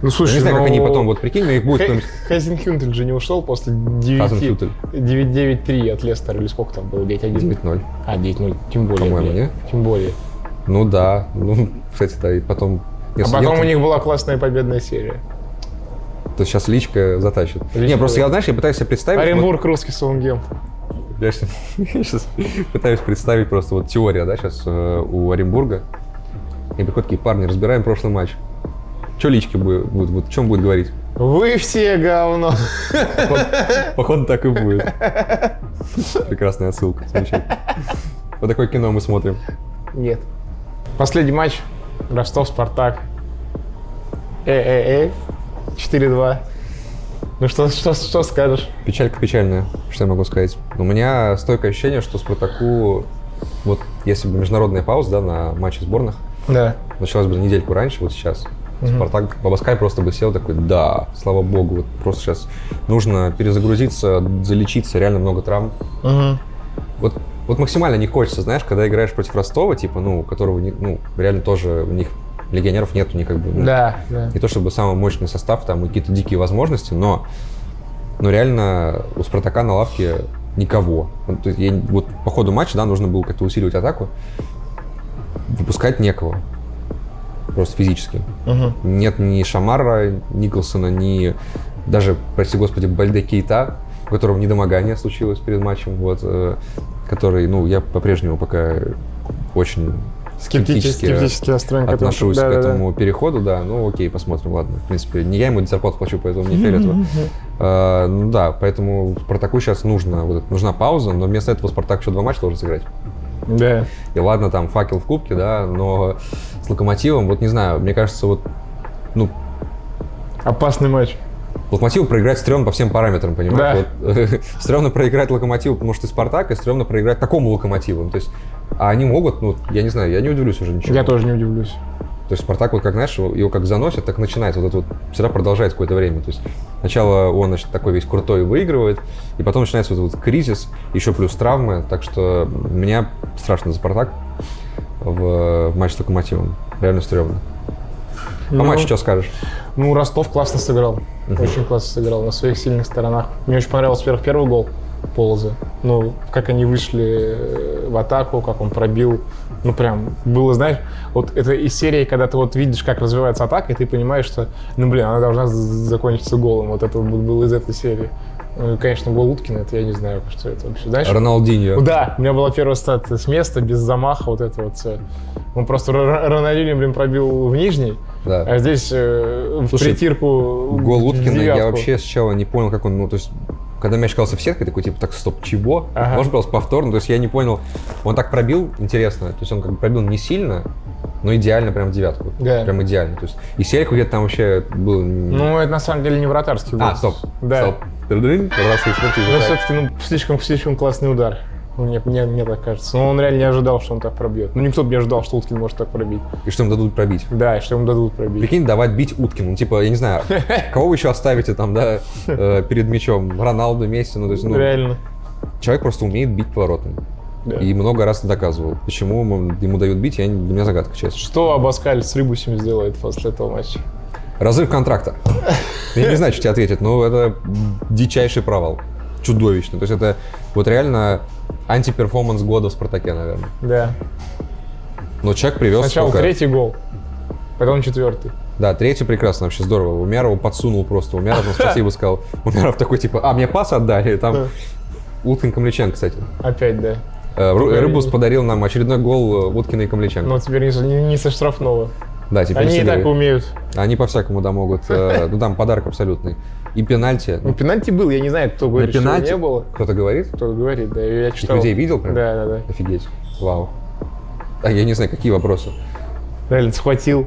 Ну, слушай, Я не знаю, как ну, они потом, вот прикинь, у них будет Хэ- кто-нибудь- Хазенхюнтель же не ушел после 9 Хазенхюттель. 9-9-3 от Лестера, или сколько там было, 9-1? 9-0. А, 9-0, тем более. По-моему, блин, Тем более. Ну да, ну, кстати, да, и потом... А если потом нет, у них была классная победная серия. То сейчас личка затащит. не, Личка, просто да. я, знаешь, я пытаюсь себе представить... вот- Оренбург, русский Саунгем. Я сейчас, пытаюсь представить просто вот теория, да, сейчас у Оренбурга. И приходят такие парни, разбираем прошлый матч. Че лички будет, будет, будет, чем будет говорить? Вы все говно. Походу так и будет. Прекрасная отсылка, замечательно. Вот такое кино мы смотрим. Нет. Последний матч. Ростов-Спартак. Э-э-э. 4-2. Ну что, что, что скажешь? Печалька печальная, что я могу сказать. У меня стойкое ощущение, что Спартаку, вот если бы международная пауза, да, на матче сборных, Да. началась бы недельку раньше, вот сейчас. Спартак Бабаскай просто бы сел такой, да, слава богу, вот просто сейчас нужно перезагрузиться, залечиться, реально много травм. Вот, вот максимально не хочется, знаешь, когда играешь против Ростова, типа, ну, у которого, не- ну, реально тоже у них легионеров нет, у них как бы, ну, Да, да. не то чтобы самый мощный состав, там и какие-то дикие возможности, но, но реально у Спартака на лавке никого. Ну, то есть я не- вот по ходу матча, да, нужно было как-то усиливать атаку, выпускать некого, просто физически. Мгм. Нет ни Шамара Николсона, ни даже, прости господи, Бальде Кейта, у которого недомогание случилось перед матчем, вот, э, который, ну, я по-прежнему пока очень Скептически, скептически настроен к этому. отношусь Да, к да, да. этому переходу, да, ну окей, посмотрим, ладно. В принципе, не я ему зарплату плачу, поэтому мне фиолетово. А, ну да, поэтому Спартаку сейчас нужно, вот, это- нужна пауза, но вместо этого Спартак еще два матча должен сыграть. Да. И ладно, там факел в кубке, да, но с Локомотивом, вот не знаю, мне кажется, вот, ну, Опасный матч. Локомотиву проиграть стрёмно по всем параметрам, понимаешь? Да. Вот, э, стрёмно проиграть Локомотиву, потому что ты Спартак, и стрёмно проиграть такому Локомотиву. Ну, То есть, а они могут, ну, я не знаю, я не удивлюсь уже ничего. Я тоже не удивлюсь. То есть Спартак, вот как знаешь, его, его как заносят, так начинается. Вот это вот всегда продолжает какое-то время. То есть сначала он значит, такой весь крутой выигрывает, и потом начинается вот этот вот кризис, еще плюс травмы. Так что меня страшно за Спартак в, в матче с Локомотивом. Реально стрёмно. По Ну, матчу что скажешь? Ну, Ростов классно сыграл. Очень классно сыграл на своих сильных сторонах. Мне очень понравился, во-первых, первый гол Полоза. Ну, как они вышли э, в атаку, как он пробил. Ну, прям было, знаешь, вот это из серии, когда ты вот видишь, как развивается атака, и ты понимаешь, что, ну, блин, она должна з- закончиться голом. Вот это вот было из этой серии. Ну, и, конечно, гол Уткина, это я не знаю, что это вообще. Знаешь, Роналдиньо. ну Да, у меня была первая статуя с места, без замаха, вот это вот все. Он просто Ро- Ро- Рональдинho, блин, пробил в нижний, Да. а здесь э, в Слушай, притирку в Гол Уткина, я девятку. вообще сначала не понял, как он, ну, то есть, когда мяч оказался в сетке, такой, типа, так, стоп, чего? Ага. Может, просто повторно, то есть, я не понял. Он так пробил, интересно, то есть, он как бы пробил не сильно, но идеально прям в девятку. Да. Прям идеально, то есть, и сельку где-то там вообще был... не- Ну, это на самом деле не вратарский гол. а, стоп, Да. стоп. Тры-дрынь, раз и смотри, Но вот так. все-таки, ну, слишком, слишком классный удар. Мне, мне, мне так кажется. Но он реально не ожидал, что он так пробьет. Ну, никто бы не ожидал, что Уткин может так пробить. И что им дадут пробить? Да, и что ему дадут пробить. Прикинь, давать бить Уткину, ну, типа, я не знаю, кого вы еще оставите там, да, э, перед мячом? Роналду, Месси, ну, то есть, ну, Реально. человек просто умеет бить поворотом. Да. И много раз доказывал. Почему ему- ему дают бить, я, не- для меня загадка, честно. Что Абаскаль с Рыбусем сделает после этого матча? Разрыв контракта. Я не знаю, что тебе ответят, но это дичайший провал. Чудовищно. То есть это вот реально антиперформанс года в «Спартаке», наверное. Да. Но человек привез Сначала сколько? третий гол, потом четвертый. Да, третий прекрасно, вообще здорово. Умярова подсунул просто. Умяров ну, спасибо сказал. Умяров такой типа, а, мне пас отдали. Там Да. Уткин Камличенко, кстати. Опять, да. Э, Ру- Только- Рыбус подарил нам очередной гол э, Уткина и Камличенко. Но теперь не, со- не- не со штрафного. да, теперь Ну, Они и сыграли. так умеют. Они по-всякому, да, могут. э, Ну, там подарок абсолютный. И пенальти. Ну, пенальти был, я не знаю, кто говорит, что пенальти? не было. Кто-то говорит? Кто говорит, да, я читал. Типа людей видел прям? Да, да, да. Офигеть. Вау. А я не знаю, какие вопросы. Реально, схватил.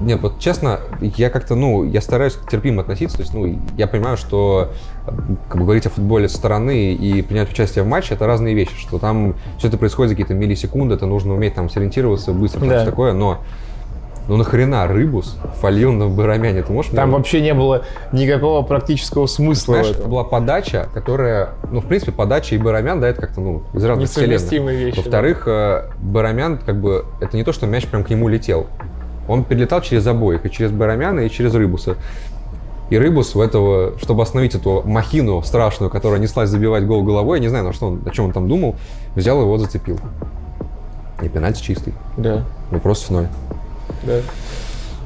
Нет, вот честно, я как-то, ну, я стараюсь терпимо относиться, то есть, ну, я понимаю, что э, как бы говорить о футболе со стороны и принять участие в матче — это разные вещи, что там все это происходит за какие-то миллисекунды, это нужно уметь там сориентироваться быстро, там Да. всё такое, но ну нахрена Рыбус фалил на Барамяне, ты можешь мне- Там вообще не было никакого практического смысла Знаешь, в это этом. была подача, которая, ну, в принципе, подача и Барамян, да, это как-то, ну, из разных вселенных. Несовместимые вещи. да. Во-вторых, э, Барамян, как бы, это не то, что мяч прям к нему летел. Он перелетал через обоих, и через Барамяна, и через Рыбуса. И Рыбус в этого, чтобы остановить эту махину страшную, которая неслась забивать гол головой, я не знаю, на что он, о чем он там думал, взял его, зацепил. И пенальти чистый. Да, Вопросов ноль. да.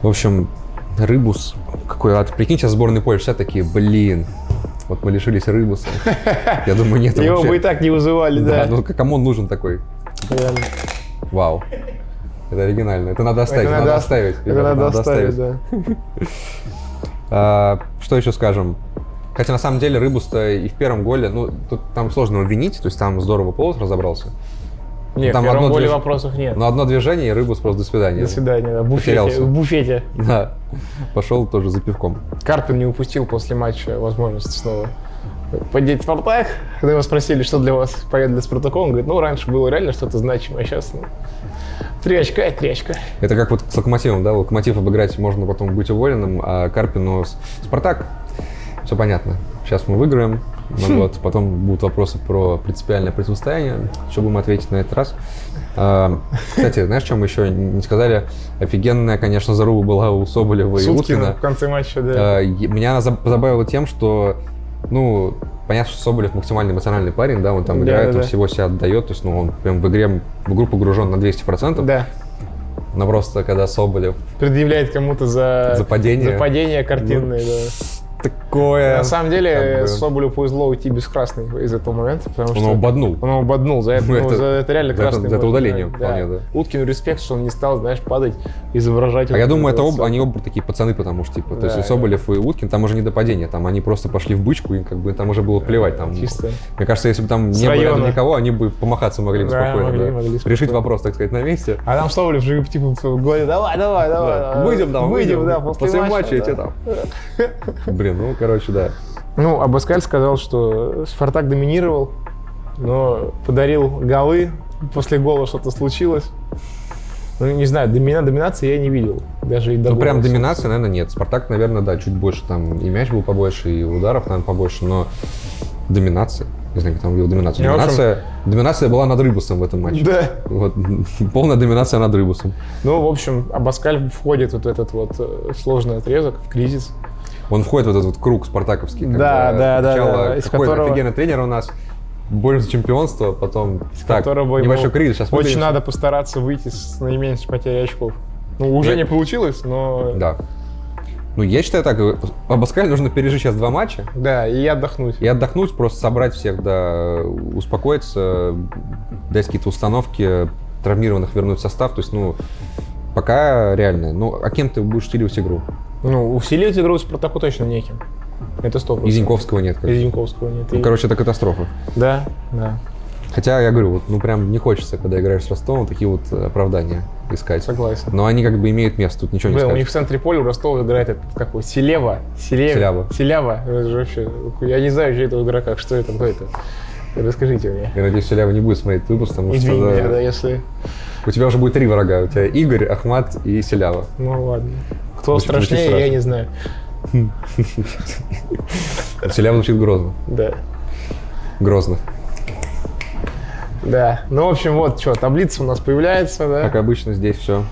В общем, Рыбус, какой ад. Прикинь, сейчас сборная Польши все такие, блин, вот мы лишились Рыбуса. Я думаю, нет Его вообще. бы и так не вызывали, да. Да, ну к- кому он нужен такой? Реально. Вау. Это оригинально. Это надо оставить. Это надо, оставить. Это ребята, надо оставить, оставить. да. А, что еще скажем? Хотя на самом деле Рыбус-то и в первом голе, ну, тут там сложно его винить, то есть там здорово Полос разобрался. Нет, Ну, Там в первом одно голе движ- вопросов нет. Но одно движение, и Рыбус просто до свидания. До свидания, да. в Потерялся. Буфете. В буфете. Да. Пошел тоже за пивком. Карпин не упустил после матча возможность снова поднять портах. Когда его спросили, что для вас победа для Спартака, он говорит, ну, раньше было реально что-то значимое, а сейчас, ну, три очка и три очка. Это как вот с Локомотивом, да, Локомотив обыграть можно потом быть уволенным, а Карпину с- Спартак, все понятно. Сейчас мы выиграем, ну вот, потом будут вопросы про принципиальное противостояние, что будем ответить на этот раз. А, Кстати, знаешь, чем мы еще не сказали? Офигенная, конечно, заруба была у Соболева и Суткина Уткина. в конце матча, да. А, е- Меня она за- позабавила тем, что, ну, понятно, что Соболев максимально эмоциональный парень, да, он там Да, играет, да, он да. всего себя отдает, то есть, ну, он прям в игре, в игру погружен на 200%. Да. Но просто когда Соболев Предъявляет кому-то за, За падение. за падение картинное, да. такое... На самом Ну, э, как деле, бы- Соболю повезло уйти без красных из этого момента, потому он что... его боднул. Он его боднул, за это, Ну, ну, это- за это реально за это- красный. за это можно удаление дать, вполне, да. Уткину респект, что он не стал, знаешь, падать, изображать. А я думаю, это оба, они они оба такие пацаны, потому что, типа, то Да, есть и да. Соболев и Уткин, там уже не до падения, там они просто пошли в бычку, и как бы там уже было плевать. Там, Чисто. Мне кажется, если бы там С не было рядом района. никого, они бы помахаться могли бы Да, спокойно. могли, да. могли Решить спокойно. вопрос, так сказать, на месте. А там Соболев же типа говорит, давай, давай, давай. Да. давай. Выйдем там, выйдем, да, после, матча. да. я тебе там. Блин, ну, короче, да. Ну, Абаскаль сказал, что Спартак доминировал, но подарил голы, после гола что-то случилось. Ну, не знаю, домина, доминации я не видел. Даже и до Ну, гола. прям доминации, наверное, нет. Спартак, наверное, да, чуть больше там и мяч был побольше, и ударов, наверное, побольше, но доминация. Не знаю, как там увидел доминацию. Ну, в общем- Доминация, доминация была над Рыбусом в этом матче. Да. Вот, полная доминация над Рыбусом. Ну, в общем, Абаскаль входит вот этот вот э, сложный отрезок в кризис. Он входит в этот вот круг спартаковский. Да, да, да, сначала да, из какой которого- офигенный тренер у нас. Боль за чемпионство, потом так, которого ему небольшой кризис. Сейчас Очень выберемся. надо постараться выйти с наименьшей потерей очков. Ну, уже Я- не получилось, но... Да. Ну, я считаю так, Абаскаль нужно пережить сейчас два матча Да, и отдохнуть. и отдохнуть, просто собрать всех, да, успокоиться, дать какие-то установки, травмированных вернуть в состав. То есть, ну, пока реально. Ну, а кем ты будешь усиливать игру? Ну, усилить игру Спартаку точно неким. Это сто И Зиньковского нет. как бы. И Зиньковского нет. И- Ну, Короче, это катастрофа. Да, да, Хотя я говорю, вот, ну прям не хочется, когда играешь с Ростовом, такие вот э, оправдания искать. согласен. Но они как бы имеют место, тут ничего не Блин, у скажешь. них в центре поля у Ростова играет этот, как его, Селева. Селев- Селява. Селява. Это же вообще, я не знаю вообще этого игрока, что это, кто это. Расскажите мне. Я надеюсь, Селява не будет смотреть выпуск, потому Извини что меня, да, да, если... у тебя уже будет три врага. У тебя Игорь, Ахмат и Селява. Ну ладно. Кто Очень- очень страшнее, страшно. я не знаю. Селява звучит грозно. Да. Грозно. Да. Ну, в общем, вот что, таблица у нас появляется, Как да. обычно здесь все.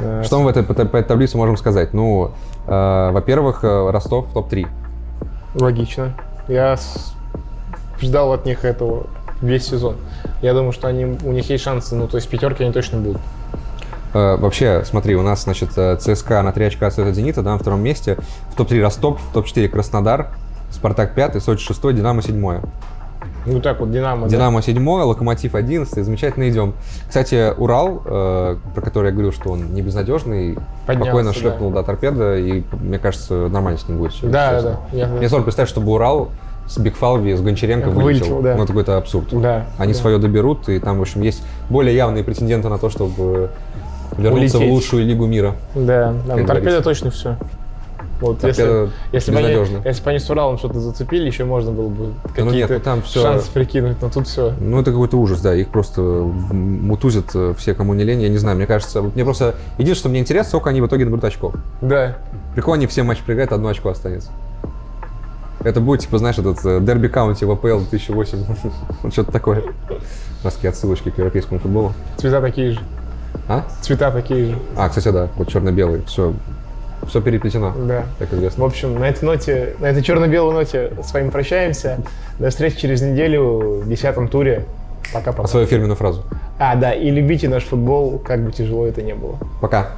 Да. Что мы в этой, по, этой таблице можем сказать? Ну, э, во-первых, э, Ростов топ-3. Логично. Я с- ждал от них этого весь сезон. Я думаю, что они, у них есть шансы, ну, то есть пятерки они точно будут. Э, Вообще, смотри, у нас, значит, э, ЦСКА на 3 очка от Зенита, да, на втором месте. В топ-3 Ростов, в топ-4 Краснодар, Спартак 5, Сочи 6, Динамо 7. Ну так вот, Динамо. да. Динамо седьмое, Локомотив 11, замечательно идем. Кстати, Урал, э, про который я говорил, что он не безнадежный, Поднялся, спокойно да. шлепнул до торпеда, и, мне кажется, нормально с ним будет все. Да, да, да. Я- Мне сложно представить, чтобы Урал с Бигфалви, с Гончаренко Как вылетел. вылетел, да. Ну, это какой-то абсурд. Да. Они да. свое доберут, и там, в общем, есть более явные претенденты на то, чтобы вернуться Улететь. в лучшую лигу мира. Да, да, ну, Как торпеда говорится. точно все. Вот, Торпеда если, если, бы безнадёжна. они, если бы они с Уралом что-то зацепили, еще можно было бы ну нет, какие-то ну там всё- шансы прикинуть, но тут все. Ну, это какой-то ужас, да. Их просто м- мутузят э, все, кому не лень. Я не знаю, мне кажется, вот мне просто... Единственное, что мне интересно, сколько они в итоге наберут очков. Да. Прикол, они все матчи проиграют, одно очко останется. Это будет, типа, знаешь, этот э, дерби каунти в АПЛ 2008. Вот Что-то такое. Маски отсылочки к европейскому футболу. Цвета такие же. А? Цвета такие же. А, кстати, да, вот черно-белый. Все, все переплетено, Да. как В известно. общем, на этой ноте, на этой черно-белой ноте с вами прощаемся. До встречи через неделю в десятом туре. Пока-пока. А свою фирменную фразу. А, да, и любите наш футбол, как бы тяжело это ни было. Пока.